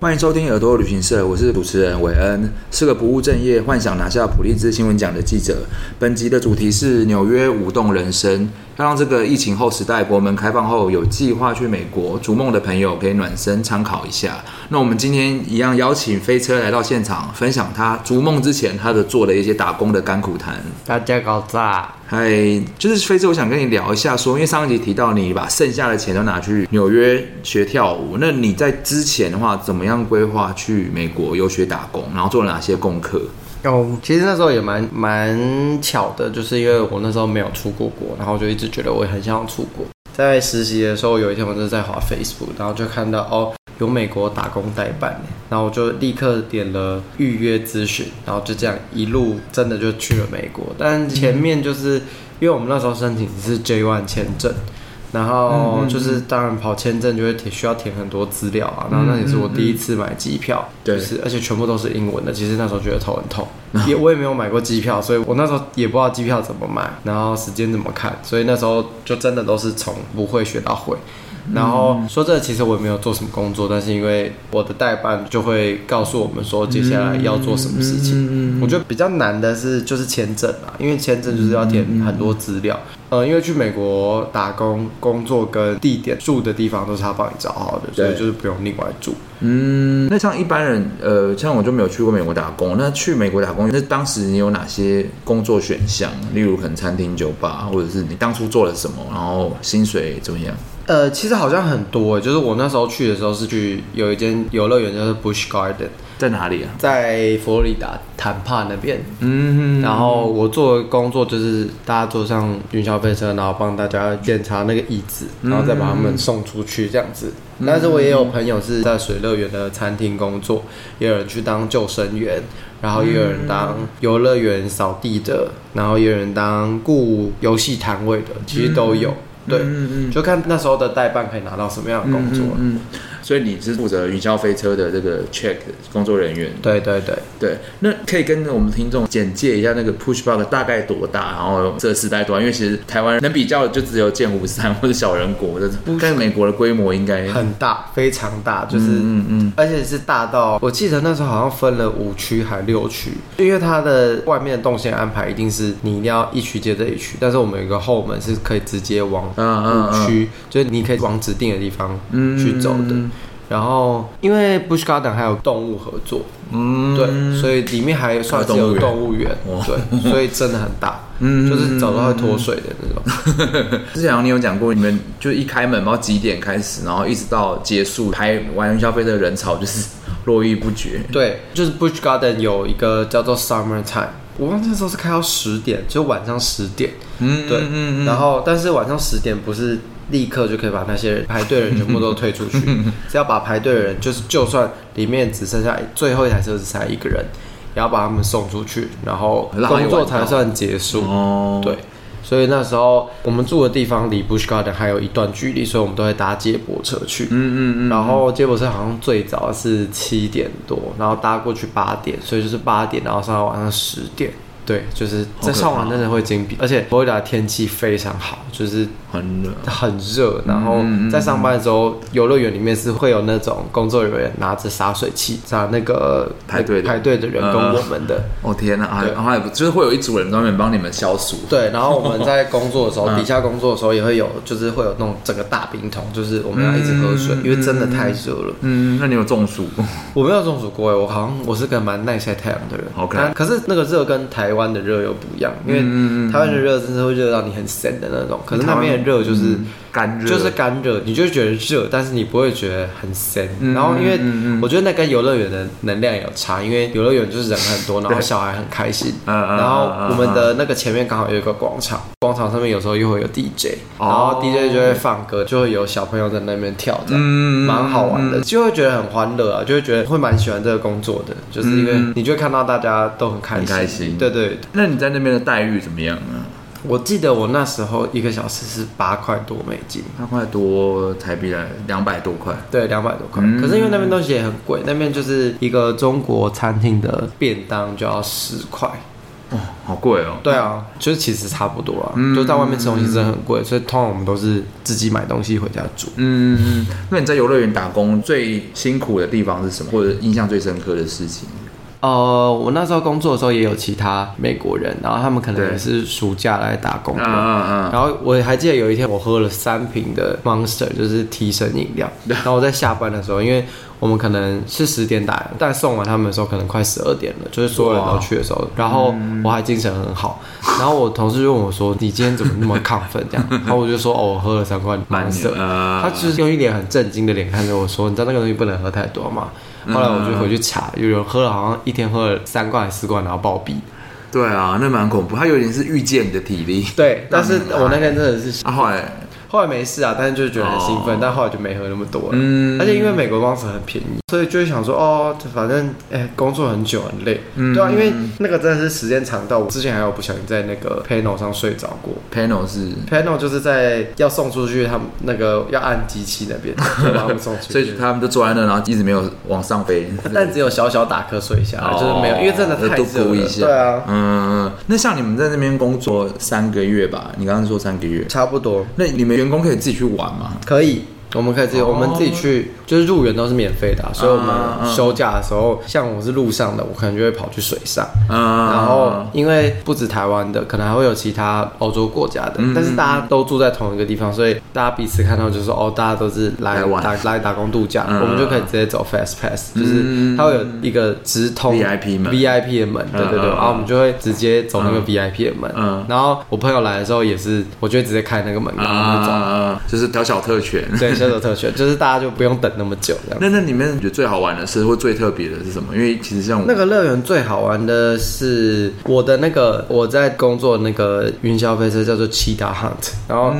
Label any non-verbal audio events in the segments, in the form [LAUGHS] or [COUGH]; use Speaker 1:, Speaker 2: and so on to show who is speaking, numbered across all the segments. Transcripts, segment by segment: Speaker 1: 欢迎收听耳朵旅行社，我是主持人韦恩，是个不务正业、幻想拿下普利兹新闻奖的记者。本集的主题是纽约舞动人生，要让这个疫情后时代国门开放后有计划去美国逐梦的朋友可以暖身参考一下。那我们今天一样邀请飞车来到现场，分享他逐梦之前他的做的一些打工的甘苦谈。
Speaker 2: 大家搞炸，
Speaker 1: 嗨，就是飞车，我想跟你聊一下说，因为上一集提到你把剩下的钱都拿去纽约学跳舞，那你在之前的话，怎么样规划去美国游学打工，然后做了哪些功课？
Speaker 2: 哦，其实那时候也蛮蛮巧的，就是因为我那时候没有出过国，然后我就一直觉得我也很想要出国。在实习的时候，有一天我就是在滑 Facebook，然后就看到哦有美国打工代办，然后我就立刻点了预约咨询，然后就这样一路真的就去了美国。但前面就是因为我们那时候申请是 J one 签证，然后就是当然跑签证就会填需要填很多资料啊，然后那也是我第一次买机票，
Speaker 1: 对
Speaker 2: 就是而且全部都是英文的，其实那时候觉得头很痛，也我也没有买过机票，所以我那时候也不知道机票怎么买，然后时间怎么看，所以那时候就真的都是从不会学到会。然后说这其实我也没有做什么工作，但是因为我的代办就会告诉我们说接下来要做什么事情。我觉得比较难的是就是签证啊，因为签证就是要填很多资料。呃，因为去美国打工、工作跟地点住的地方都是他帮你找好的，所以
Speaker 1: 对
Speaker 2: 就是不用另外住。
Speaker 1: 嗯，那像一般人，呃，像我就没有去过美国打工，那去美国打工，那当时你有哪些工作选项？例如可能餐厅、酒吧，或者是你当初做了什么，然后薪水怎么样？
Speaker 2: 呃，其实好像很多欸，就是我那时候去的时候是去有一间游乐园叫做 Bush Garden，
Speaker 1: 在哪里啊？
Speaker 2: 在佛罗里达坦帕那边。
Speaker 1: 嗯，
Speaker 2: 然后我做的工作就是大家坐上云霄飞车，然后帮大家检查那个椅子，然后再把他们送出去这样子。但是我也有朋友是在水乐园的餐厅工作，也有人去当救生员，然后也有人当游乐园扫地的，然后也有人当雇游戏摊位的，其实都有。对，就看那时候的代办可以拿到什么样的工作。
Speaker 1: 嗯所以你是负责云霄飞车的这个 check 的工作人员，
Speaker 2: 对对对。
Speaker 1: 对，那可以跟我们听众简介一下那个 push bug 大概多大，然后这时代多大？因为其实台湾能比较的就只有剑湖山或者小人国这种，但是美国的规模应该
Speaker 2: 很大，非常大，就是，
Speaker 1: 嗯嗯
Speaker 2: 而且是大到我记得那时候好像分了五区还六区，因为它的外面的动线安排一定是你一定要一区接着一区，但是我们有一个后门是可以直接往
Speaker 1: 嗯嗯嗯
Speaker 2: 五区，就是你可以往指定的地方
Speaker 1: 嗯
Speaker 2: 去走的。
Speaker 1: 嗯
Speaker 2: 然后，因为 Bush Garden 还有动物合作，
Speaker 1: 嗯
Speaker 2: 对，所以里面还算是
Speaker 1: 还有
Speaker 2: 有
Speaker 1: 动
Speaker 2: 动物园
Speaker 1: 哇，
Speaker 2: 对，所以真的很大，
Speaker 1: 嗯
Speaker 2: 就是走到会脱水的那种。
Speaker 1: 之前好像你有讲过，你们就一开门，然后几点开始，然后一直到结束，排完消费的人潮就是络绎不绝。
Speaker 2: 对，就是 Bush Garden 有一个叫做 Summer Time，我忘记那时候是开到十点，就晚上十点。
Speaker 1: 嗯
Speaker 2: 对，
Speaker 1: 嗯
Speaker 2: 然后但是晚上十点不是立刻就可以把那些人排队的人全部都推出
Speaker 1: [LAUGHS]
Speaker 2: 去，是要把排队的人，就是就算里面只剩下最后一台车只剩下一个人，也要把他们送出去，然后
Speaker 1: 拉一晚
Speaker 2: 工作才
Speaker 1: 到
Speaker 2: 算结束。
Speaker 1: 哦，
Speaker 2: 对，所以那时候我们住的地方离 Bush Garden 还有一段距离，所以我们都会搭接驳车去。嗯嗯嗯。然后接驳车好像最早是七点多，然后搭过去八点，所以就是八点，然后上到晚上十点。对，就是
Speaker 1: 好可
Speaker 2: 在
Speaker 1: 怕
Speaker 2: 上完真的会精
Speaker 1: 嗯
Speaker 2: 疲，而且佛罗里达天气非常好，就是
Speaker 1: 很热。
Speaker 2: 很热，然
Speaker 1: 嗯
Speaker 2: 后在上班的时候，游乐园里面是会有那种工作人员拿着洒水器砸那个
Speaker 1: 排队的
Speaker 2: 排队的人跟
Speaker 1: 嗯
Speaker 2: 我们的，
Speaker 1: 哦天哪，啊，
Speaker 2: 对
Speaker 1: 然后还不就是会有一组人专门帮你们消暑。
Speaker 2: 对，然后我们在工作的时候，嗯底下工作的时候也会有，就是会有那种整个大冰桶，就是我们要一直喝水，因为真的太热了。
Speaker 1: 嗯，那你有中 [LAUGHS] 暑？
Speaker 2: 我没有中暑过诶，我好像我是个蛮耐晒太阳的人。
Speaker 1: OK
Speaker 2: 但可是那个热跟台湾的热又不一样，因为台湾的热真的会热到你很 sad 的那种，可是那边的热就是。
Speaker 1: 嗯干热，
Speaker 2: 就是干热，你就会觉得热，但是你不会觉得很深。
Speaker 1: 嗯
Speaker 2: 然后因为我觉得那跟游乐园的能量有差，因为游乐园就是人很
Speaker 1: [LAUGHS]
Speaker 2: 多，然后小孩很开心。
Speaker 1: 嗯嗯
Speaker 2: 然后
Speaker 1: 嗯嗯
Speaker 2: 我们的那个前面刚好有一个广场，广场上面有时候又会有 DJ，
Speaker 1: 哦
Speaker 2: 然后 DJ 就会放歌，就会有小朋友在那边跳，这样
Speaker 1: 嗯
Speaker 2: 蛮好玩的，就会觉得很欢乐啊，就会觉得会蛮喜欢这个工作的，就是因为你就会看到大家都很开
Speaker 1: 嗯
Speaker 2: 心。
Speaker 1: 很开心
Speaker 2: 对对。
Speaker 1: 那你在那边的待遇怎么样啊呢？
Speaker 2: 我记得我那时候一个小时是八块多美金。
Speaker 1: 八块多台币来两百多块，
Speaker 2: 对，两百多块。可是因为那边东西也很贵，那边就是一个中国餐厅的便当就要十块。
Speaker 1: 好贵哦。
Speaker 2: 对啊，就是其实差不多啊，就在外面吃东西真的很贵，所以通常我们都是自己买东西回家煮。
Speaker 1: 嗯，嗯嗯那你在游乐园打工最辛苦的地方是什么，或者印象最深刻的事情？
Speaker 2: 呃，我那时候工作的时候也有其他美国人，然后他们可能
Speaker 1: 对
Speaker 2: 也是暑假来打工
Speaker 1: 嗯
Speaker 2: 的。
Speaker 1: 嗯嗯，
Speaker 2: 然后我还记得有一天我喝了三瓶的 Monster，就是提神饮料。然后我在下班的时候，因为我们可能是十点打烊，但送完他们的时候可能快十二点了，就是所有人都去的时候。然后我还精神很好。然后我同事就问我说：“你今天怎么那么亢奋？”这样，然后我就说：“哦，我喝了三罐 Monster。”
Speaker 1: 呃
Speaker 2: 他就是用一脸很震惊的脸看着我说：“你知道那个东西不能喝太多吗？”后来我就回去查，有人喝了好像一天喝了三罐还是四罐，然后暴毙。
Speaker 1: 对啊，那蛮恐怖，它有点是预见你的体
Speaker 2: [LAUGHS]
Speaker 1: 力。
Speaker 2: 对，但是我那天真的是
Speaker 1: 啊，后来
Speaker 2: 后来没事啊，但是就觉得很兴奋，
Speaker 1: 哦
Speaker 2: 但后来就没喝那么多了。
Speaker 1: 嗯
Speaker 2: 而且因为美国方式很便宜，所以就会想说，哦，反正哎、工作很久很累，
Speaker 1: 嗯
Speaker 2: 对啊，因为那个真的是时间长到我之前还有不小心在那个 panel 上睡着过。
Speaker 1: panel 是，
Speaker 2: panel 就是在要送出去，他们那个要按机器那
Speaker 1: [LAUGHS]
Speaker 2: 边就把他们送出去，
Speaker 1: 所以他们就坐在那，然后一直没有往上
Speaker 2: [LAUGHS]
Speaker 1: 飞。
Speaker 2: 但只有小小打瞌睡一下，
Speaker 1: 哦
Speaker 2: 就是没有，因为真的太
Speaker 1: 就
Speaker 2: 热
Speaker 1: 都补
Speaker 2: 了，
Speaker 1: 一下。
Speaker 2: 对啊，
Speaker 1: 嗯，嗯那像你们在那边工作三个月吧？你刚刚说三个月，
Speaker 2: 差不多
Speaker 1: 那你们员工可以自己去玩吗？
Speaker 2: 可以。我们可以自己，
Speaker 1: 哦
Speaker 2: 我们自己去，就是入园都是免费的啊、所以我们休假的时候，像我是路上的，我可能就会跑去水上，
Speaker 1: 嗯，
Speaker 2: 然后因为不止台湾的，可能还会有其他欧洲国家的，
Speaker 1: 嗯
Speaker 2: 但是大家都住在同一个地方，所以大家彼此看到就是说哦，大家都是来
Speaker 1: 来玩
Speaker 2: 打来打工度假，
Speaker 1: 啊嗯
Speaker 2: 我们就可以直接走 fast pass，就是它会有一个直通
Speaker 1: VIP 门
Speaker 2: VIP 的门，对对对，
Speaker 1: 嗯嗯嗯
Speaker 2: 然后我们就会直接走那个 VIP 的门
Speaker 1: 嗯，
Speaker 2: 然后我朋友来的时候也是，我就会直接开那个门，然后就走，
Speaker 1: 啊，就是小小特权。 [LAUGHS]
Speaker 2: 对，小走特权，就是大家就不用等那么久这样。
Speaker 1: 那那里面觉得最好玩的是或最特别的是什么？因为其实像我
Speaker 2: 那个乐园最好玩的是我的那个我在工作的那个云霄飞车叫做 Cheetah Hunt，然后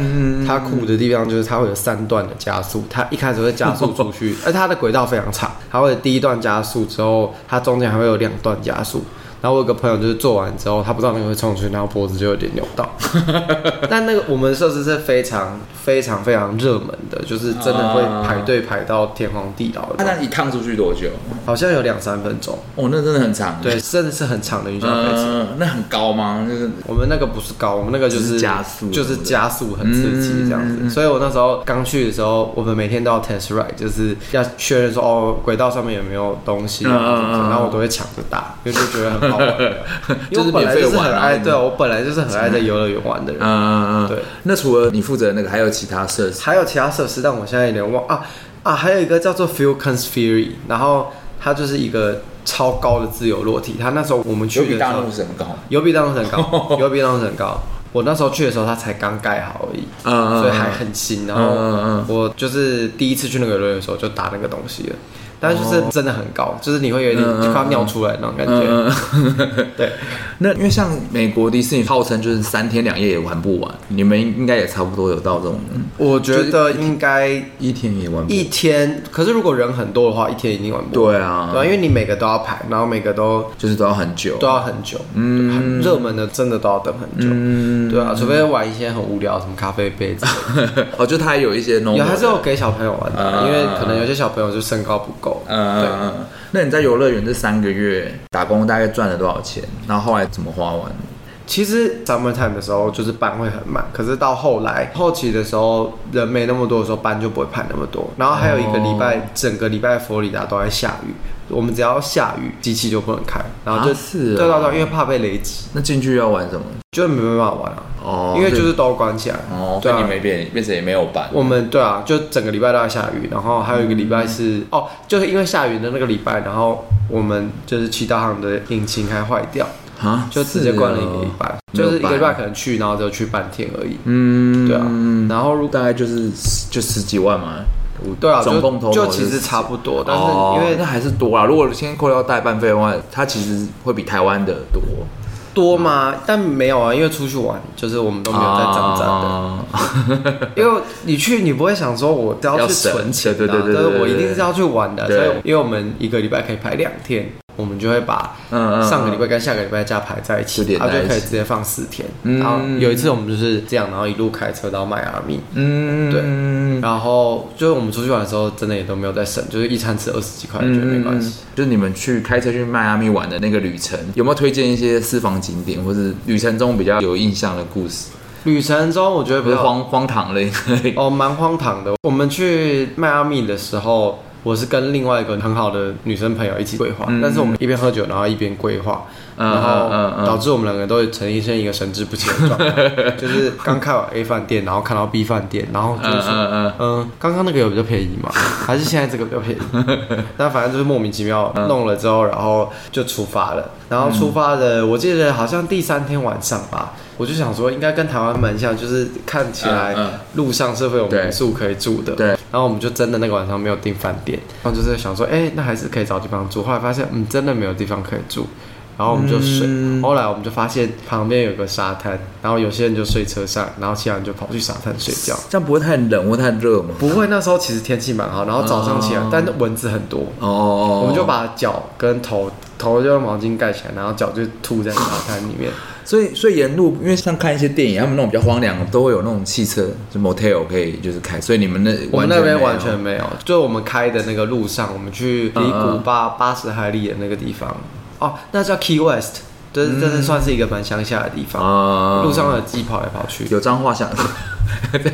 Speaker 2: 它酷的地方就是它会有三段的加速，它一开始会加速出去，而它的轨道非常长，它会第一段加速之后，它中间还会有两段加速。然后我有个朋友就是做完之后，他不知道那个会冲出去，然后脖子就有点扭 [LAUGHS] 到。但那个我们的设施是非常非常非常热门的，就是真的会排队排到天荒地老
Speaker 1: 那
Speaker 2: 的，
Speaker 1: 那一趟出去多久？
Speaker 2: 好像有两三分钟。
Speaker 1: 哦，那真的很长。
Speaker 2: 对，真的是很长的云霄飞车。
Speaker 1: 嗯，那很高吗？就是
Speaker 2: 我们那个不是高，我们那个就
Speaker 1: 只
Speaker 2: 是
Speaker 1: 是加速
Speaker 2: 就是加速很刺
Speaker 1: 嗯
Speaker 2: 激这样子。所以我那时候刚去的时候，我们每天都要 test ride，就是要确认说哦，轨道上面有没有东西啊，
Speaker 1: 嗯嗯嗯嗯
Speaker 2: 然后我都会抢着打，因为就觉得很
Speaker 1: [LAUGHS]
Speaker 2: 好玩。因
Speaker 1: 就
Speaker 2: 为
Speaker 1: 是
Speaker 2: 我本来就是
Speaker 1: 免费玩
Speaker 2: 很
Speaker 1: 啊
Speaker 2: 爱，
Speaker 1: 你
Speaker 2: 对我本来就是很爱在游乐园玩的人。
Speaker 1: 嗯，嗯嗯
Speaker 2: 对。
Speaker 1: 那除了你负责的那个，还有其他设施？
Speaker 2: 还有其他设施，但我现在有点忘啊啊，还有一个叫做 Phil c o n s Theory，然后它就是一个超高的自由落体。它那时候我们去
Speaker 1: 有
Speaker 2: 的时候
Speaker 1: 比大陆什么高？
Speaker 2: 有比当时
Speaker 1: [LAUGHS]
Speaker 2: 很
Speaker 1: 哦
Speaker 2: 高，有比当时很高。我那时候去的时候，它才刚盖好而已，
Speaker 1: 嗯嗯嗯
Speaker 2: 所以还很新。然
Speaker 1: 嗯
Speaker 2: 后我就是第一次去那个游乐园的时候，就打那个东西了。但是就是真的很
Speaker 1: 哦
Speaker 2: 高，就是你会有一
Speaker 1: 嗯
Speaker 2: 点就快要尿出来那种感觉。对，
Speaker 1: [LAUGHS] 那因为像美国迪士尼号称就是三天两夜也玩不完，你们应该也差不多有到这种人，
Speaker 2: 我觉得应该
Speaker 1: 一天也玩不
Speaker 2: 嗯一天，可是如果人很多的话，一天一定玩不完。
Speaker 1: 对啊，
Speaker 2: 对啊，因啊为你每个都要排，然后每个都
Speaker 1: 就是都要很久。
Speaker 2: 都要很久，嗯，很热门的真的都要等很久，嗯，对啊，除非玩一些很无聊，什么咖啡杯之类的
Speaker 1: [LAUGHS] 哦，就它有一些 normal
Speaker 2: 有
Speaker 1: 的
Speaker 2: 还是有给小朋友玩的啊，
Speaker 1: 嗯
Speaker 2: 因为可能有些小朋友就身高不够。
Speaker 1: 嗯，
Speaker 2: 对
Speaker 1: 嗯嗯那你在游乐园这三个月打工大概赚了多少钱？然后后来怎么花完？
Speaker 2: 其实 summer time 的时候就是班会很满，可是到后来后期的时候人没那么多的时候，班就不会排那么多。然后还有一个礼拜，整个礼拜佛罗里达都在下雨，我们只要下雨，机器就不能开，然后就、
Speaker 1: 啊是啊
Speaker 2: 对对对，因为怕被雷击，
Speaker 1: 那进去要玩什么？
Speaker 2: 就没办法玩啊，
Speaker 1: 哦
Speaker 2: 因为就
Speaker 1: 所以
Speaker 2: 是都关起来，
Speaker 1: 哦，
Speaker 2: 对
Speaker 1: 所
Speaker 2: 啊
Speaker 1: 以你没变，变成也没有班。
Speaker 2: 我们对啊，就整个礼拜都在下雨，然后还有一个礼拜是、哦，就是因为下雨的那个礼拜，然后我们就是七大行的引擎还坏掉，
Speaker 1: 啊
Speaker 2: 就直接关了一个
Speaker 1: 是
Speaker 2: 礼。
Speaker 1: 哦
Speaker 2: 拜，
Speaker 1: 没有
Speaker 2: 就是一个礼拜
Speaker 1: 办
Speaker 2: 可能去，然后只有去半天而已。
Speaker 1: 嗯，
Speaker 2: 对啊，然后如
Speaker 1: 大概就是就十几万嘛。
Speaker 2: 对啊，
Speaker 1: 总共头
Speaker 2: 就
Speaker 1: 头
Speaker 2: 就是其实
Speaker 1: 十几
Speaker 2: 差不多，但是
Speaker 1: 哦
Speaker 2: 因为
Speaker 1: 那还是多啦。如果先扣掉代办费的话，它其实会比台湾的多。
Speaker 2: 多嘛，但没有啊，因为出去玩就是我们都没有在涨涨的，
Speaker 1: 啊
Speaker 2: [LAUGHS] 因为你去你不会想说我都要
Speaker 1: 要
Speaker 2: 去
Speaker 1: 省
Speaker 2: 存钱、啊，
Speaker 1: 对对对对
Speaker 2: 但是
Speaker 1: 对对
Speaker 2: 我一定是要去玩的，
Speaker 1: 对
Speaker 2: 所以因为我们一个礼拜可以排两天，我我们就会把
Speaker 1: 嗯嗯，
Speaker 2: 上个礼拜
Speaker 1: 嗯
Speaker 2: 跟下个礼拜的假排在一起
Speaker 1: 就，连
Speaker 2: 它
Speaker 1: 在一
Speaker 2: 就
Speaker 1: 起
Speaker 2: 可以直接放四天。
Speaker 1: 嗯
Speaker 2: 然后有一次我们就是这样，然后一路开车到迈阿密，
Speaker 1: 嗯，对，
Speaker 2: 然后就是我们出去玩的时候，真的也都没有在省，就是一餐吃二十几块，
Speaker 1: 嗯
Speaker 2: 觉得没关系。
Speaker 1: 就是你们去开车去迈阿密玩的那个旅程，有没有推荐一些私房景点，或是旅程中比较有印象的故事，
Speaker 2: 旅程中我觉得
Speaker 1: 不
Speaker 2: 比
Speaker 1: 是
Speaker 2: 较
Speaker 1: 荒荒唐 [LAUGHS] 类？
Speaker 2: 哦，蛮荒唐的。我们去迈阿密的时候，我是跟另外一个很好的女生朋友一起规划，
Speaker 1: 嗯
Speaker 2: 但是我们一边喝酒，然后一边规划，
Speaker 1: 嗯
Speaker 2: 然后
Speaker 1: 嗯嗯
Speaker 2: 导致我们两个都呈现一个神志不清的状态，
Speaker 1: [LAUGHS]
Speaker 2: 就是刚看完 A 饭店，然后看到 B 饭店，然后就
Speaker 1: 嗯
Speaker 2: 是说。
Speaker 1: 嗯嗯，
Speaker 2: 嗯，刚刚那个有比较便宜吗？还是现在这个比较便
Speaker 1: [LAUGHS]
Speaker 2: 宜？但反正就是莫名其妙
Speaker 1: 嗯
Speaker 2: 弄了之后，然后就出发了。然后出发的，我记得好像第三天晚上吧，我就想说应该跟台湾蛮像，就是看起来
Speaker 1: 嗯嗯
Speaker 2: 路上是会有民宿可以住的。
Speaker 1: 对
Speaker 2: 然后我们就真的那个晚上没有订饭店，然后就是想说，哎、那还是可以找地方住。后来发现，嗯，真的没有地方可以住。然后我们就睡，
Speaker 1: 嗯
Speaker 2: 后来我们就发现旁边有个沙滩，然后有些人就睡车上，然后其他人就跑去沙滩睡觉。
Speaker 1: 这样不会太冷或太热吗？
Speaker 2: 不会，那时候其实天气蛮好，然后早上起来，
Speaker 1: 哦
Speaker 2: 但是蚊子很多，
Speaker 1: 哦哦，
Speaker 2: 我们就把脚跟头头就用毛巾盖起来，然后脚就吐在沙滩里面。
Speaker 1: 所以，所以沿路，因为像看一些电影，他们那种比较荒凉，都会有那种汽车，就 motel 可以就是开。所以你们那
Speaker 2: 我们那边完全
Speaker 1: 没
Speaker 2: 没有，就我们开的那个路上，我们去离
Speaker 1: 嗯
Speaker 2: 古巴八十海里的那个地方，哦，那叫 Key West，就是真的算是一个蛮乡下的地
Speaker 1: 有
Speaker 2: 方，
Speaker 1: 嗯啊，
Speaker 2: 路上有鸡跑来跑去。
Speaker 1: 有脏话想，
Speaker 2: 你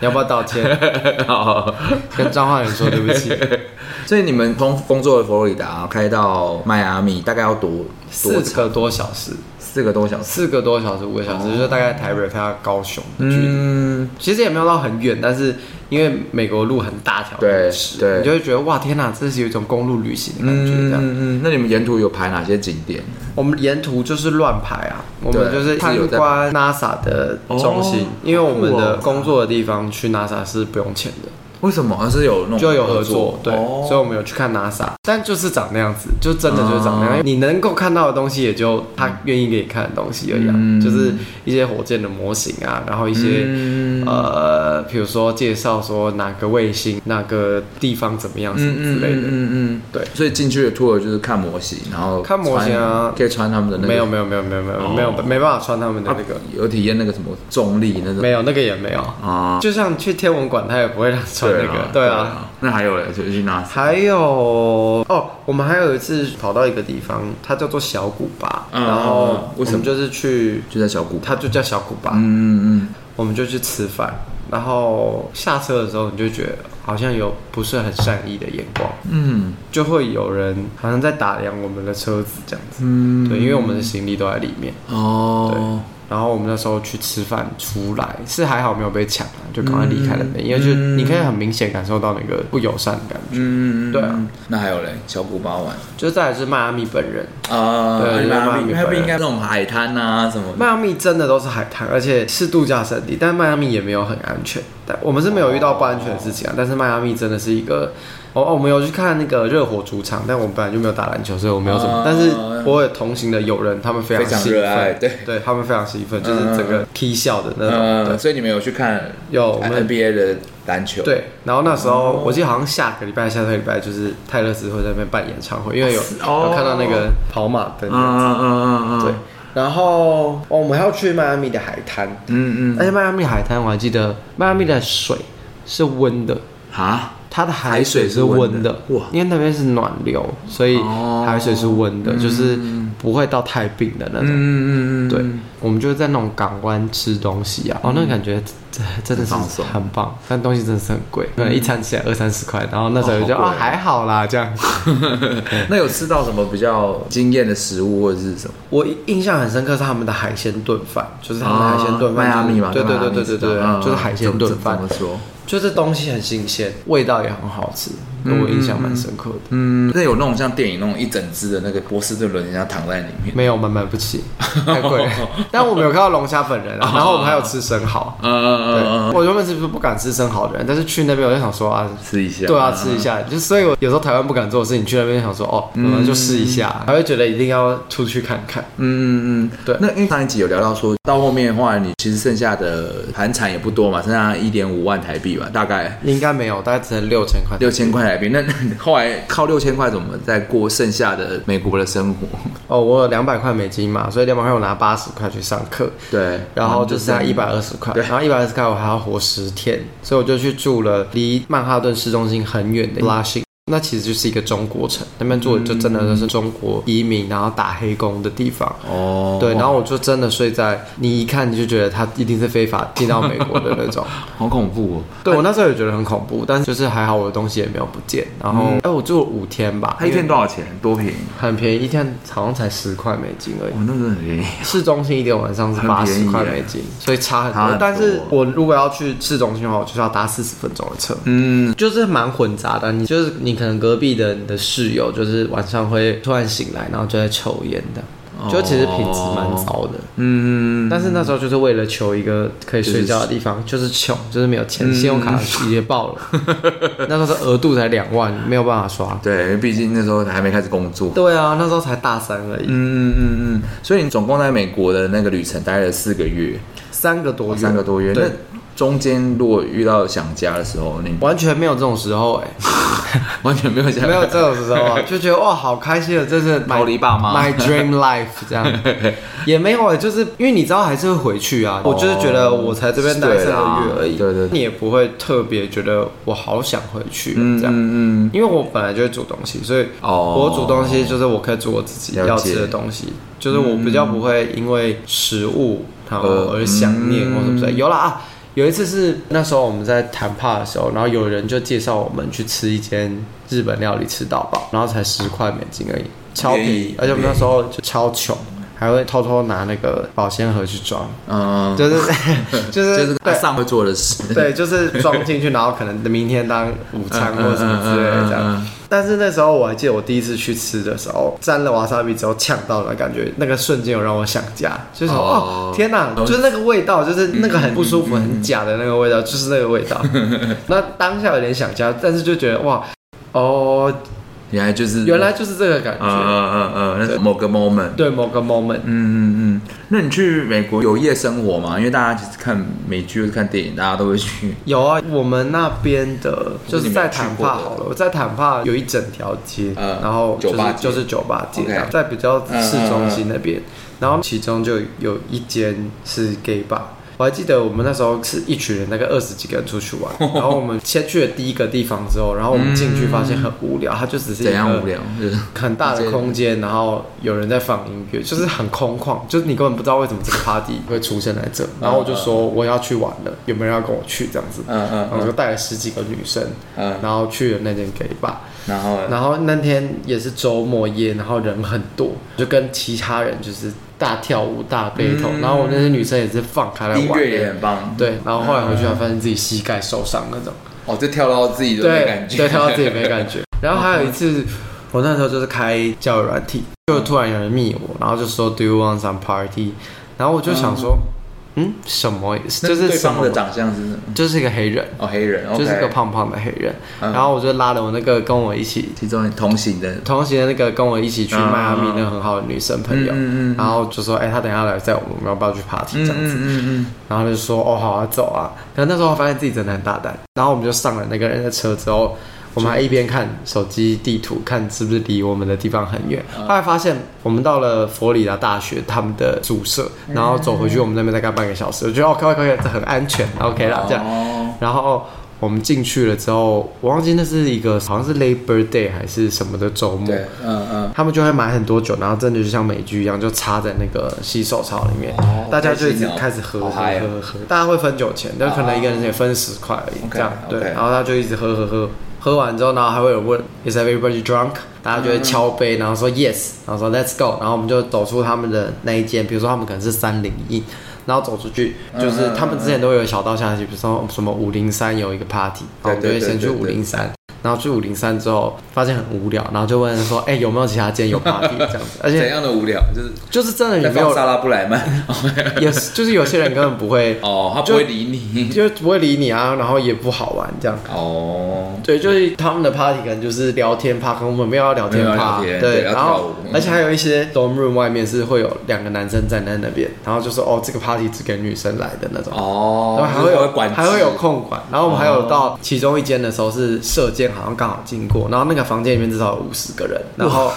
Speaker 2: 要不要道歉？
Speaker 1: [LAUGHS] 好
Speaker 2: 跟张焕仁说对不
Speaker 1: [LAUGHS]
Speaker 2: 起。
Speaker 1: [LAUGHS] 所以你们从工作的佛罗里达开到迈阿密，大概要多
Speaker 2: 四
Speaker 1: 多
Speaker 2: 个多小时，
Speaker 1: 四个多小时。
Speaker 2: 四个多小时，五个小时，就是大概台北到高雄的距离。
Speaker 1: 哦嗯，
Speaker 2: 其实也没有到很远，但是因为美国路很大条，
Speaker 1: 对
Speaker 2: 很直
Speaker 1: 对
Speaker 2: 你就会觉得哇天哪，这是有一种公路旅行的感觉。这
Speaker 1: 嗯
Speaker 2: 样，
Speaker 1: 嗯嗯，那你们沿途有排哪些景点？
Speaker 2: 我们沿途就是乱排啊，我们
Speaker 1: 对
Speaker 2: 就是参
Speaker 1: 是有在
Speaker 2: 观 NASA 的中心
Speaker 1: 哦，
Speaker 2: 因为我们的
Speaker 1: 酷哦
Speaker 2: 工作的地方去 NASA 是不用钱的，
Speaker 1: 为什么？而是有那种
Speaker 2: 就有合作，对，
Speaker 1: 哦
Speaker 2: 所以我们有去看 NASA，但就是长那样子，就真的就是
Speaker 1: 啊
Speaker 2: 长那样，你能够看到的东西也就他愿意给你看的东西而已啊，
Speaker 1: 嗯
Speaker 2: 就是一些火箭的模型啊，然后一些。
Speaker 1: 嗯
Speaker 2: 呃，比如说介绍说哪个卫星、哪个地方怎么样什么之类的。
Speaker 1: 嗯嗯，
Speaker 2: 对
Speaker 1: 所以进去的 tour 就是看模型，然后
Speaker 2: 看模型啊
Speaker 1: 穿可以穿他们的那个
Speaker 2: 没有没有没有没有没
Speaker 1: 哦
Speaker 2: 有没有没办法穿他们的那个，
Speaker 1: 有体验那个什么重力那种
Speaker 2: 没有那个也没有。
Speaker 1: 啊，
Speaker 2: 就像去天文馆，他也不会让穿那个。对啊，，
Speaker 1: 那还有嘞，就是去拿
Speaker 2: 还有哦，我们还有一次跑到一个地方，它叫做小古巴，
Speaker 1: 嗯
Speaker 2: 然
Speaker 1: 嗯
Speaker 2: 后
Speaker 1: 嗯
Speaker 2: 我
Speaker 1: 为什么
Speaker 2: 们就是去，
Speaker 1: 就在小谷，
Speaker 2: 它就叫小古巴，
Speaker 1: 嗯嗯
Speaker 2: 我们就去吃饭，然后下车的时候你就觉得好像有不是很善意的眼光。
Speaker 1: 嗯
Speaker 2: 就会有人好像在打量我们的车子这样子，
Speaker 1: 嗯
Speaker 2: 对，因为我们的行李都在里面。
Speaker 1: 嗯，哦，
Speaker 2: 然后我们那时候去吃饭出来，是还好没有被抢啊，就赶快离开了那边，因为就
Speaker 1: 嗯
Speaker 2: 你可以很明显感受到那个不友善的感觉。
Speaker 1: 嗯嗯，
Speaker 2: 对啊，
Speaker 1: 那还有嘞，小谷巴玩
Speaker 2: 就再来是迈阿密本人，
Speaker 1: 啊，迈阿
Speaker 2: 对就是迈阿密
Speaker 1: 密，迈阿
Speaker 2: 本
Speaker 1: 密
Speaker 2: 人
Speaker 1: 应该那种海滩啊什么
Speaker 2: 迈
Speaker 1: 的，
Speaker 2: 阿密真的都是海滩，而且是度假胜地，但迈阿密也没有很安全。但我们是没有遇到不安全的事情啊，但是迈阿密真的是一个。哦哦，我们有去看那个热火主场，但我们本来就没有打篮球，所以我没有怎么。
Speaker 1: 哦
Speaker 2: 但是我有同行的友人，他们非常
Speaker 1: 非常
Speaker 2: 兴
Speaker 1: 热爱
Speaker 2: 奋，
Speaker 1: 对
Speaker 2: 对，他们非常兴奋，就是整个踢笑的那种。对
Speaker 1: 嗯，所以你们有去看
Speaker 2: 有我们
Speaker 1: NBA 的篮球，，
Speaker 2: 对，然后那时候、我记得好像下个礼拜、下个礼拜就是泰勒斯会在那边办演唱会，因为有、
Speaker 1: 哦
Speaker 2: 有看到那个跑马灯
Speaker 1: 嗯，嗯嗯嗯，
Speaker 2: 对。然后哦，我们还要去迈阿密的海滩，
Speaker 1: 嗯嗯，
Speaker 2: 而且迈阿密海滩我还记得，迈阿密的水是温的，
Speaker 1: 啊，
Speaker 2: 它的
Speaker 1: 海
Speaker 2: 海
Speaker 1: 水
Speaker 2: 水
Speaker 1: 是
Speaker 2: 是
Speaker 1: 温
Speaker 2: 温
Speaker 1: 的
Speaker 2: 的，
Speaker 1: 哇
Speaker 2: 因为那边是暖流，所以
Speaker 1: 哦
Speaker 2: 海水是温的，就是不会到太冰的那种。
Speaker 1: 嗯嗯嗯，
Speaker 2: 对，我们就在那种港湾吃东西啊，哦，那个感觉真真的是
Speaker 1: 很放松
Speaker 2: 很棒，但东西真的是很贵，可能一餐起来二三十块，然后那时候就觉得
Speaker 1: 哦好
Speaker 2: 啊
Speaker 1: 贵
Speaker 2: 还嗯好啦这样。
Speaker 1: 那有吃到什么比较惊艳的食物或者是什么？
Speaker 2: [LAUGHS] 我印象很深刻是他们的海鲜炖饭，就是他们的啊海鲜炖
Speaker 1: 迈
Speaker 2: 饭，
Speaker 1: 阿密嘛，
Speaker 2: 对
Speaker 1: 迈
Speaker 2: 对
Speaker 1: 阿
Speaker 2: 对
Speaker 1: 密
Speaker 2: 对对
Speaker 1: 知
Speaker 2: 对
Speaker 1: 道嗯，
Speaker 2: 就是海鲜炖饭
Speaker 1: 怎么，怎么说？
Speaker 2: 就是东西很新鲜，味道也很好吃，我印象蛮深刻的。
Speaker 1: 嗯，那有那种像电影那种一整只的那个波士顿轮，人家躺在里面。
Speaker 2: 没有，我们买不 [LAUGHS] 起，太贵了。但我们有看到龙虾本人 [LAUGHS] 啊，然后我们还有吃生蚝。
Speaker 1: 嗯嗯
Speaker 2: 对
Speaker 1: 嗯，嗯，
Speaker 2: 我原本是不敢吃生蚝的人，但是去那边我就想说啊，
Speaker 1: [LAUGHS] 吃一下。
Speaker 2: 对啊，吃一下。就所以，我有时候台湾不敢做的事情，去那边想说，哦，我们就试一下，还会觉得一定要出去看看。
Speaker 1: 嗯嗯嗯，
Speaker 2: 对
Speaker 1: 那因为上一集有聊到说，到后面的话，你其实剩下的盘产也不多嘛，剩下一点五万台币吧，大概
Speaker 2: 应该没有，大概只能六千块。
Speaker 1: 六千块来宾，那 [LAUGHS] 后来靠六千块怎么再过剩下的美国的生活？
Speaker 2: 哦，我有两百块美金嘛，所以两百块我拿八十块去上课，
Speaker 1: [LAUGHS] 对，嗯
Speaker 2: 然后就剩下一百二十块，然后一百二十块我还要活十天，所以我就去住了离曼哈顿市中心很远的 Lushing。那其实就是一个中国城，那边住的就真的就是中国移民，然后打黑工的地方。
Speaker 1: 哦，
Speaker 2: 对，然后我就真的睡在，你一看你就觉得他一定是非法进到美国的那种。
Speaker 1: 好恐怖哦。
Speaker 2: 对我那时候也觉得很恐怖，但是就是还好我的东西也没有不见。然后，哎、我住了五天吧，
Speaker 1: 嗯他一天多少钱？多便宜？
Speaker 2: 很便宜，一天好像才十块美金而已
Speaker 1: 我。哦那真的很便宜。
Speaker 2: 市中心一个晚上是
Speaker 1: 很
Speaker 2: 八
Speaker 1: 便宜
Speaker 2: 十块
Speaker 1: 耶
Speaker 2: 美金，所以差很多。
Speaker 1: 差很多
Speaker 2: 但是我如果要去市中心的话，我就是要搭四十分钟的车，
Speaker 1: 嗯，
Speaker 2: 就是蛮混杂的。你就是你可能隔壁的你的室友，就是晚上会突然醒来，然后就在抽烟的，就其实品质蛮糟的。
Speaker 1: 嗯，
Speaker 2: 但是那时候就是为了求一个可以睡觉的地方，就是穷，就是没有钱，信用卡也爆了。 [LAUGHS] 那时候的额度才两万，没有办法刷。
Speaker 1: 对，因为毕竟那时候还没开始工作。
Speaker 2: 对啊，那时候才大三而已，
Speaker 1: 嗯嗯嗯嗯，所以你总共在美国的那个旅程待了四个月，
Speaker 2: 哦三个多月，
Speaker 1: 三个多月。
Speaker 2: 对
Speaker 1: 那中间如果遇到想家的时候，你 [LAUGHS]
Speaker 2: 完全没有这种时候哎、
Speaker 1: 完全没有想
Speaker 2: 没有这种时
Speaker 1: [LAUGHS]
Speaker 2: 候啊，就觉得哇，好开心啊，这是 my-
Speaker 1: 逃离爸妈
Speaker 2: ，my dream life 这
Speaker 1: [LAUGHS]
Speaker 2: 样，也没有啊，就是因为你知道还是会回去啊。我就是觉得我才这边待
Speaker 1: 对
Speaker 2: 三个
Speaker 1: 啦
Speaker 2: 月而已，
Speaker 1: 哦对对对
Speaker 2: 你也不会特别觉得我好想回去
Speaker 1: 嗯
Speaker 2: 这样。
Speaker 1: 嗯嗯，
Speaker 2: 因为我本来就会煮东西，所以
Speaker 1: 哦
Speaker 2: 我煮东西就是我可以煮我自己
Speaker 1: 了解
Speaker 2: 要吃的东西，就是我比较不会因为食物然后
Speaker 1: 呃
Speaker 2: 而想
Speaker 1: 嗯
Speaker 2: 念或什么之类。有啦啊，有一次是那时候我们在谈判的时候，然后有人就介绍我们去吃一间日本料理吃到饱，然后才十块美金而已，超便
Speaker 1: 便
Speaker 2: 宜
Speaker 1: 宜，
Speaker 2: 而且我们那时候就超穷。还会偷偷拿那个保鲜盒去装，
Speaker 1: 嗯，
Speaker 2: 就是
Speaker 1: [LAUGHS]
Speaker 2: 就是 [LAUGHS]
Speaker 1: 就是他
Speaker 2: 对
Speaker 1: 上会做的事。
Speaker 2: [LAUGHS] 对，就是装进去，然后可能明天当午餐或者什么之类的这
Speaker 1: 嗯嗯嗯嗯
Speaker 2: 样。但是那时候我还记得我第一次去吃的时候，沾了瓦萨比之后呛到了，感觉那个瞬间有让我想家，就是说
Speaker 1: 哦
Speaker 2: 哦天哪，就是那个味
Speaker 1: [LAUGHS]
Speaker 2: 道，就是那个很不舒服、很假的那个味道，就是那个味道。那当下有点想家，但是就觉得哇哦，
Speaker 1: 原来就是
Speaker 2: 原来就是这个感
Speaker 1: 嗯嗯
Speaker 2: 觉。
Speaker 1: 嗯嗯，那是某个 moment。
Speaker 2: 对某个 moment，
Speaker 1: 嗯嗯嗯，那你去美国有夜生活吗？因为大家其实看美剧、看电影，大家都会去。
Speaker 2: 有啊，我们那边的就是在
Speaker 1: 你没有
Speaker 2: 坦帕
Speaker 1: 去
Speaker 2: 好
Speaker 1: 过
Speaker 2: 了，我在坦帕有一整条街，
Speaker 1: 嗯
Speaker 2: 然后
Speaker 1: 酒
Speaker 2: 就是
Speaker 1: 吧街
Speaker 2: 就是酒吧街
Speaker 1: OK
Speaker 2: 然后在比较市中
Speaker 1: 嗯
Speaker 2: 心那边，然后其中就有一间是 gay bar。我还记得我们那时候是一群人，大概二十几个人出去
Speaker 1: [LAUGHS]
Speaker 2: 玩，然后我们先去了第一个地方之后，然后我们进去发现很无聊，它就只是一
Speaker 1: 怎样
Speaker 2: 个
Speaker 1: 无聊？就是
Speaker 2: 很大
Speaker 1: 一
Speaker 2: 的
Speaker 1: 间
Speaker 2: 空间，然后有人在放音乐，就是很空旷，就是你根本不知道为什么这个 party 会出现在这。然后我就说我要去玩了，有没有人要跟我去这样子？
Speaker 1: 嗯嗯
Speaker 2: 然后我就带了十几个女生，
Speaker 1: 嗯
Speaker 2: 然后去了那间 gay bar。
Speaker 1: 然后
Speaker 2: 然后那天也是周末夜，然后人很多，就跟其他人就是大跳舞、大背头。然后我那些女生也是放开来
Speaker 1: 嗯音
Speaker 2: 玩
Speaker 1: 乐也嗯
Speaker 2: 的，
Speaker 1: 很棒。
Speaker 2: 对。然后后来回去还发现自己膝盖受伤那种。
Speaker 1: 哦，就跳到自己的
Speaker 2: 对，
Speaker 1: 感觉，
Speaker 2: 对，跳到自己没
Speaker 1: [LAUGHS]
Speaker 2: 感觉。然后还有一次，我那时候就是开交友软体，就突然有人密我，然后就说 Do you want some party？然后我就想说，嗯，什么？
Speaker 1: 那
Speaker 2: 就是
Speaker 1: 对
Speaker 2: 什
Speaker 1: 方
Speaker 2: 么
Speaker 1: 的？长相是什么？
Speaker 2: 就是一个黑人，
Speaker 1: 哦，黑人，
Speaker 2: 就是个
Speaker 1: OK
Speaker 2: 胖胖的黑人。
Speaker 1: 嗯
Speaker 2: 然后我就拉了我那个跟我一起
Speaker 1: 其中同行的，
Speaker 2: 同行的那个跟我一起去
Speaker 1: 嗯
Speaker 2: 迈阿密那个很好的女生朋友，
Speaker 1: 嗯嗯嗯
Speaker 2: 然后就说，哎、她等一下来载我们，要不要去 party 这样子？
Speaker 1: 嗯
Speaker 2: 然后就说哦好啊走啊，可能那时候发现自己真的很大胆，然后我们就上了那个人的车之后，我们还一边看手机地图，看是不是离我们的地方很远。
Speaker 1: 嗯
Speaker 2: 后来发现我们到了佛罗里达大学他们的宿舍，
Speaker 1: 嗯
Speaker 2: 然后走回去我们那边大概半个小时，我觉得哦可以可以，这很安全，OK 啦这样。
Speaker 1: 哦
Speaker 2: 然后我们进去了之后，我忘记那是一个好像是 Labor Day 还是什么的周末，
Speaker 1: 对，嗯嗯，
Speaker 2: 他们就会买很多酒，然后真的就像美剧一样，就插在那个洗手槽里面，
Speaker 1: 哦
Speaker 2: 大家就一直
Speaker 1: 好开心哦
Speaker 2: 开始喝、
Speaker 1: 好
Speaker 2: 喝
Speaker 1: 嗨哦
Speaker 2: 喝喝，大家会分酒钱，但可能一个人也分十块而已
Speaker 1: OK，
Speaker 2: 这样
Speaker 1: OK
Speaker 2: 对，然后他就一直喝喝喝，喝完之后，然后还会有人问 Is everybody drunk？大家就会敲杯，然后说 Yes，然后说 Let's go，然后我们就走出他们的那一间，比如说他们可能是三零一。然后走出去，就是他们之前都会有小道消息，比如说什么五零三有一个 party，然后我们就
Speaker 1: 对对
Speaker 2: 会先去
Speaker 1: 对
Speaker 2: 五
Speaker 1: 对
Speaker 2: 零三，然后去五零三之后发现很无聊，然后就问说，哎、有没有其他间有 party 这样
Speaker 1: [LAUGHS]
Speaker 2: 子？而
Speaker 1: 怎
Speaker 2: 且
Speaker 1: 样的无聊？就是
Speaker 2: 就是真的
Speaker 1: 在
Speaker 2: 也没
Speaker 1: 放
Speaker 2: 有，
Speaker 1: 沙拉布莱曼，
Speaker 2: [LAUGHS] 也是就是有些人根本不会，
Speaker 1: [LAUGHS] 哦，他不会理你，
Speaker 2: 就不会理你啊，然后也不好玩这样。
Speaker 1: 哦，
Speaker 2: 对，就是他们的 party 可能就是聊天趴，可能我们没有要聊天
Speaker 1: 没有要
Speaker 2: 趴，
Speaker 1: 聊天对要
Speaker 2: 对，然
Speaker 1: 跳舞
Speaker 2: 后
Speaker 1: 嗯
Speaker 2: 而且还有一些 dorm room 外面是会有两个男生站在那边，然后就说哦，这个 party 只给女生来的那种。
Speaker 1: 哦
Speaker 2: 然后还会
Speaker 1: 就是
Speaker 2: 有
Speaker 1: 管制，
Speaker 2: 还会有控管，然后我们还有到其中一间的时候是射间好像刚好经过，然后那个房间里面至少有五十个人，然后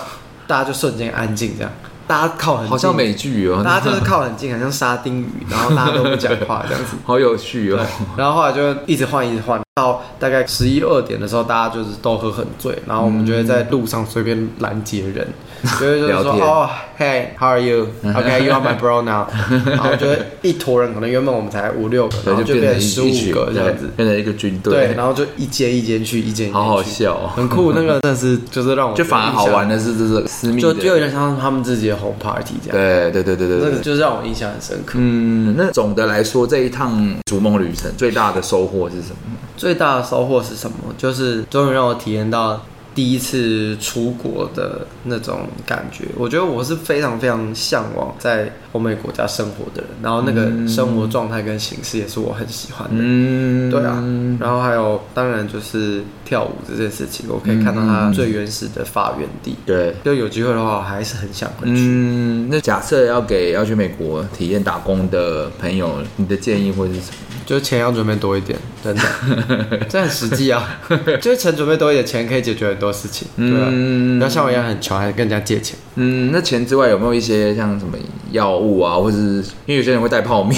Speaker 2: 大家就瞬间安静，这样大家靠很近
Speaker 1: 好像美剧哦，
Speaker 2: 大家就是靠很近，好像沙丁鱼，然后大家都不讲话这样子。
Speaker 1: 好有趣哦
Speaker 2: 对。，然后后来就一直换，一直换，到大概十一二点的时候，大家就是都喝很醉，然后我们就会在路上随便拦截
Speaker 1: [LAUGHS]
Speaker 2: 人，就会就是
Speaker 1: 聊
Speaker 2: 说
Speaker 1: 天
Speaker 2: 哦，Hey，how are you？OK，you are my
Speaker 1: [LAUGHS]
Speaker 2: bro now。然后就会一坨人，可能原本我们才五六个，
Speaker 1: 对，
Speaker 2: 然后
Speaker 1: 就
Speaker 2: 就变
Speaker 1: 变成
Speaker 2: 成十
Speaker 1: 一
Speaker 2: 五
Speaker 1: 群
Speaker 2: 个这样子
Speaker 1: 对。变成一个军
Speaker 2: 对，
Speaker 1: 队，
Speaker 2: 然后就一间一间去，一间一间去，
Speaker 1: 好好笑哦
Speaker 2: 很酷。那个真的是就是让我
Speaker 1: 就反而好玩，的是这个私密
Speaker 2: 就
Speaker 1: 的，
Speaker 2: 就有点像他们自己的红 party 这样，
Speaker 1: 对对对对对
Speaker 2: 那
Speaker 1: 对
Speaker 2: 个。就是让我印象很深刻。
Speaker 1: 嗯，那总的来说，这一趟逐梦旅程最大的收获是什么？
Speaker 2: 最大的收获是什么？就是终于让我体验到第一次出国的那种感觉。我觉得我是非常非常向往在欧美国家生活的人，然后那个生活状态跟形式也是我很喜欢的。
Speaker 1: 嗯，
Speaker 2: 对啊，然后还有当然就是跳舞这件事情，我可以看到它最原始的发源地。
Speaker 1: 对，
Speaker 2: 就有机会的话，我还是很想回去。
Speaker 1: 嗯，那假设要给要去美国体验打工的朋友，你的建议会是什么？
Speaker 2: 就钱要准备多一点，真的，这很实际啊。就是钱准备多一点，钱可以解决很多事情，对吧、
Speaker 1: 嗯
Speaker 2: 不要像我一样很穷，还跟人家借钱。
Speaker 1: 嗯，那钱之外有没有一些像什么药物啊，或是因为有些人会带泡面，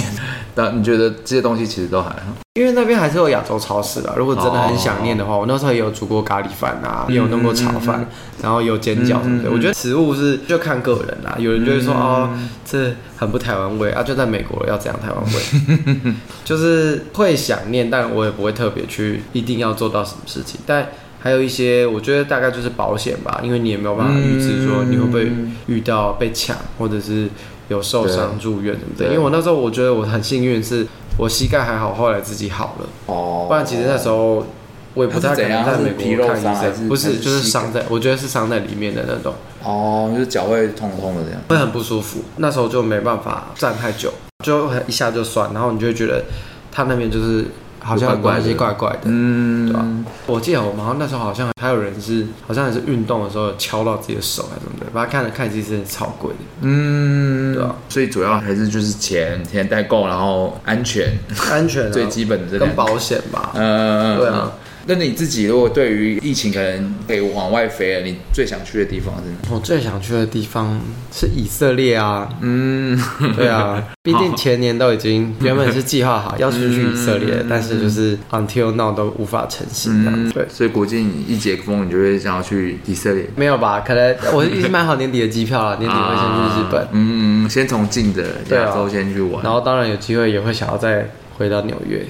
Speaker 1: 那你觉得这些东西其实都还好？
Speaker 2: 因为那边还是有亚洲超市啊。如果真的很想念的话，我那时候也有煮过咖喱饭啊，也有弄过炒饭，然后有煎饺什么的。我觉得食物是就看个人啦、有人就会说、哦，这很不台湾味啊，就在美国要怎样台湾味，就是会想念，但我也不会特别去一定要做到什么事情，但。还有一些，我觉得大概就是保险吧，因为你也没有办法预知说你会不会
Speaker 1: 嗯
Speaker 2: 遇到被抢，或者是有受伤住院什么的。
Speaker 1: 对
Speaker 2: 因为我那时候我觉得我很幸运，是我膝盖还好，后来自己好了。
Speaker 1: 哦
Speaker 2: 不然其实那时候我也不太可能在美国看
Speaker 1: 它是怎样它是皮肉
Speaker 2: 医
Speaker 1: 伤还是
Speaker 2: 生，不是就是
Speaker 1: 还是膝盖
Speaker 2: 伤在，我觉得是伤在里面的那种，
Speaker 1: 哦，就是脚会痛痛的这样。
Speaker 2: 会很不舒服。那时候就没办法站太久，就很一下就酸，然后你就会觉得他那边就是好像有关系怪怪的。
Speaker 1: 嗯，
Speaker 2: 对啊我记得我们好像那时候好像还有人是好像也是运动的时候有敲到自己的手还是什么的，把它看了看其实是超贵的，
Speaker 1: 嗯，
Speaker 2: 对啊，
Speaker 1: 所以主要还是就是钱，钱带够，然后安
Speaker 2: [LAUGHS]
Speaker 1: 全，
Speaker 2: 安全、啊、
Speaker 1: 最基本的这两
Speaker 2: 跟
Speaker 1: 个
Speaker 2: 保险吧。
Speaker 1: 嗯，
Speaker 2: 对啊。
Speaker 1: 那你自己如果对于疫情可能可以往外飞了，你最想去的地方是哪？
Speaker 2: 我最想去的地方是以色列啊，
Speaker 1: 嗯，
Speaker 2: 对
Speaker 1: [LAUGHS]
Speaker 2: 啊，毕竟前年都已经原本是计划
Speaker 1: 嗯
Speaker 2: 好要去去以色列，但是就是 until now 都无法成行
Speaker 1: 嗯
Speaker 2: 这样子。对，
Speaker 1: 所以国境一解封，你就会想要去以色列。
Speaker 2: 没有吧？可能我已经买好年底的机票了，年底会先去日本
Speaker 1: 啊，嗯，先从近的
Speaker 2: 对啊
Speaker 1: 亚洲先去玩。
Speaker 2: 然后当然有机会也会想要再回到纽约。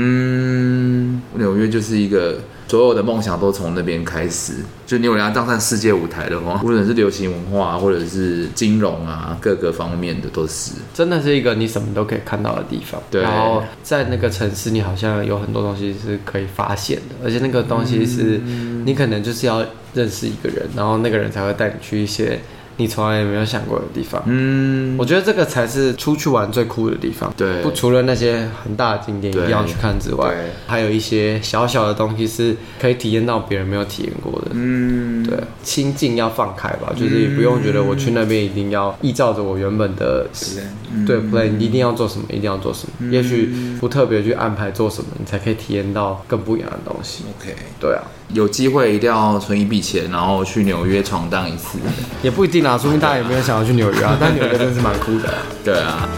Speaker 1: 嗯，纽约就是一个所有的梦想都从那边开始。就你有人要当上世界舞台的话，无论是流行文化、啊、或者是金融啊，各个方面的都是。
Speaker 2: 真的是一个你什么都可以看到的地方，
Speaker 1: 对
Speaker 2: 然后在那个城市，你好像有很多东西是可以发现的，而且那个东西是、
Speaker 1: 嗯
Speaker 2: 你可能就是要认识一个人，然后那个人才会带你去一些你从来也没有想过的地方。
Speaker 1: 嗯，
Speaker 2: 我觉得这个才是出去玩最酷的地方。
Speaker 1: 对
Speaker 2: 不除了那些很大的景点一定要
Speaker 1: 对
Speaker 2: 去看之外
Speaker 1: 对，
Speaker 2: 还有一些小小的东西是可以体验到别人没有体验过的。
Speaker 1: 嗯，
Speaker 2: 对，心境要放开吧，就是也不用觉得我去那边一定要依照着我原本的对 plan，一定要做什么，一定要做什么。也许不特别去安排做什么，你才可以体验到更不一样的东西。
Speaker 1: ，OK。
Speaker 2: 对啊，
Speaker 1: 有机会一定要存一笔钱，然后去纽约闯荡一次。
Speaker 2: 也不一定啦，说明大家也没有想要去纽约啊，但纽约真是蛮酷的啊、
Speaker 1: 对啊，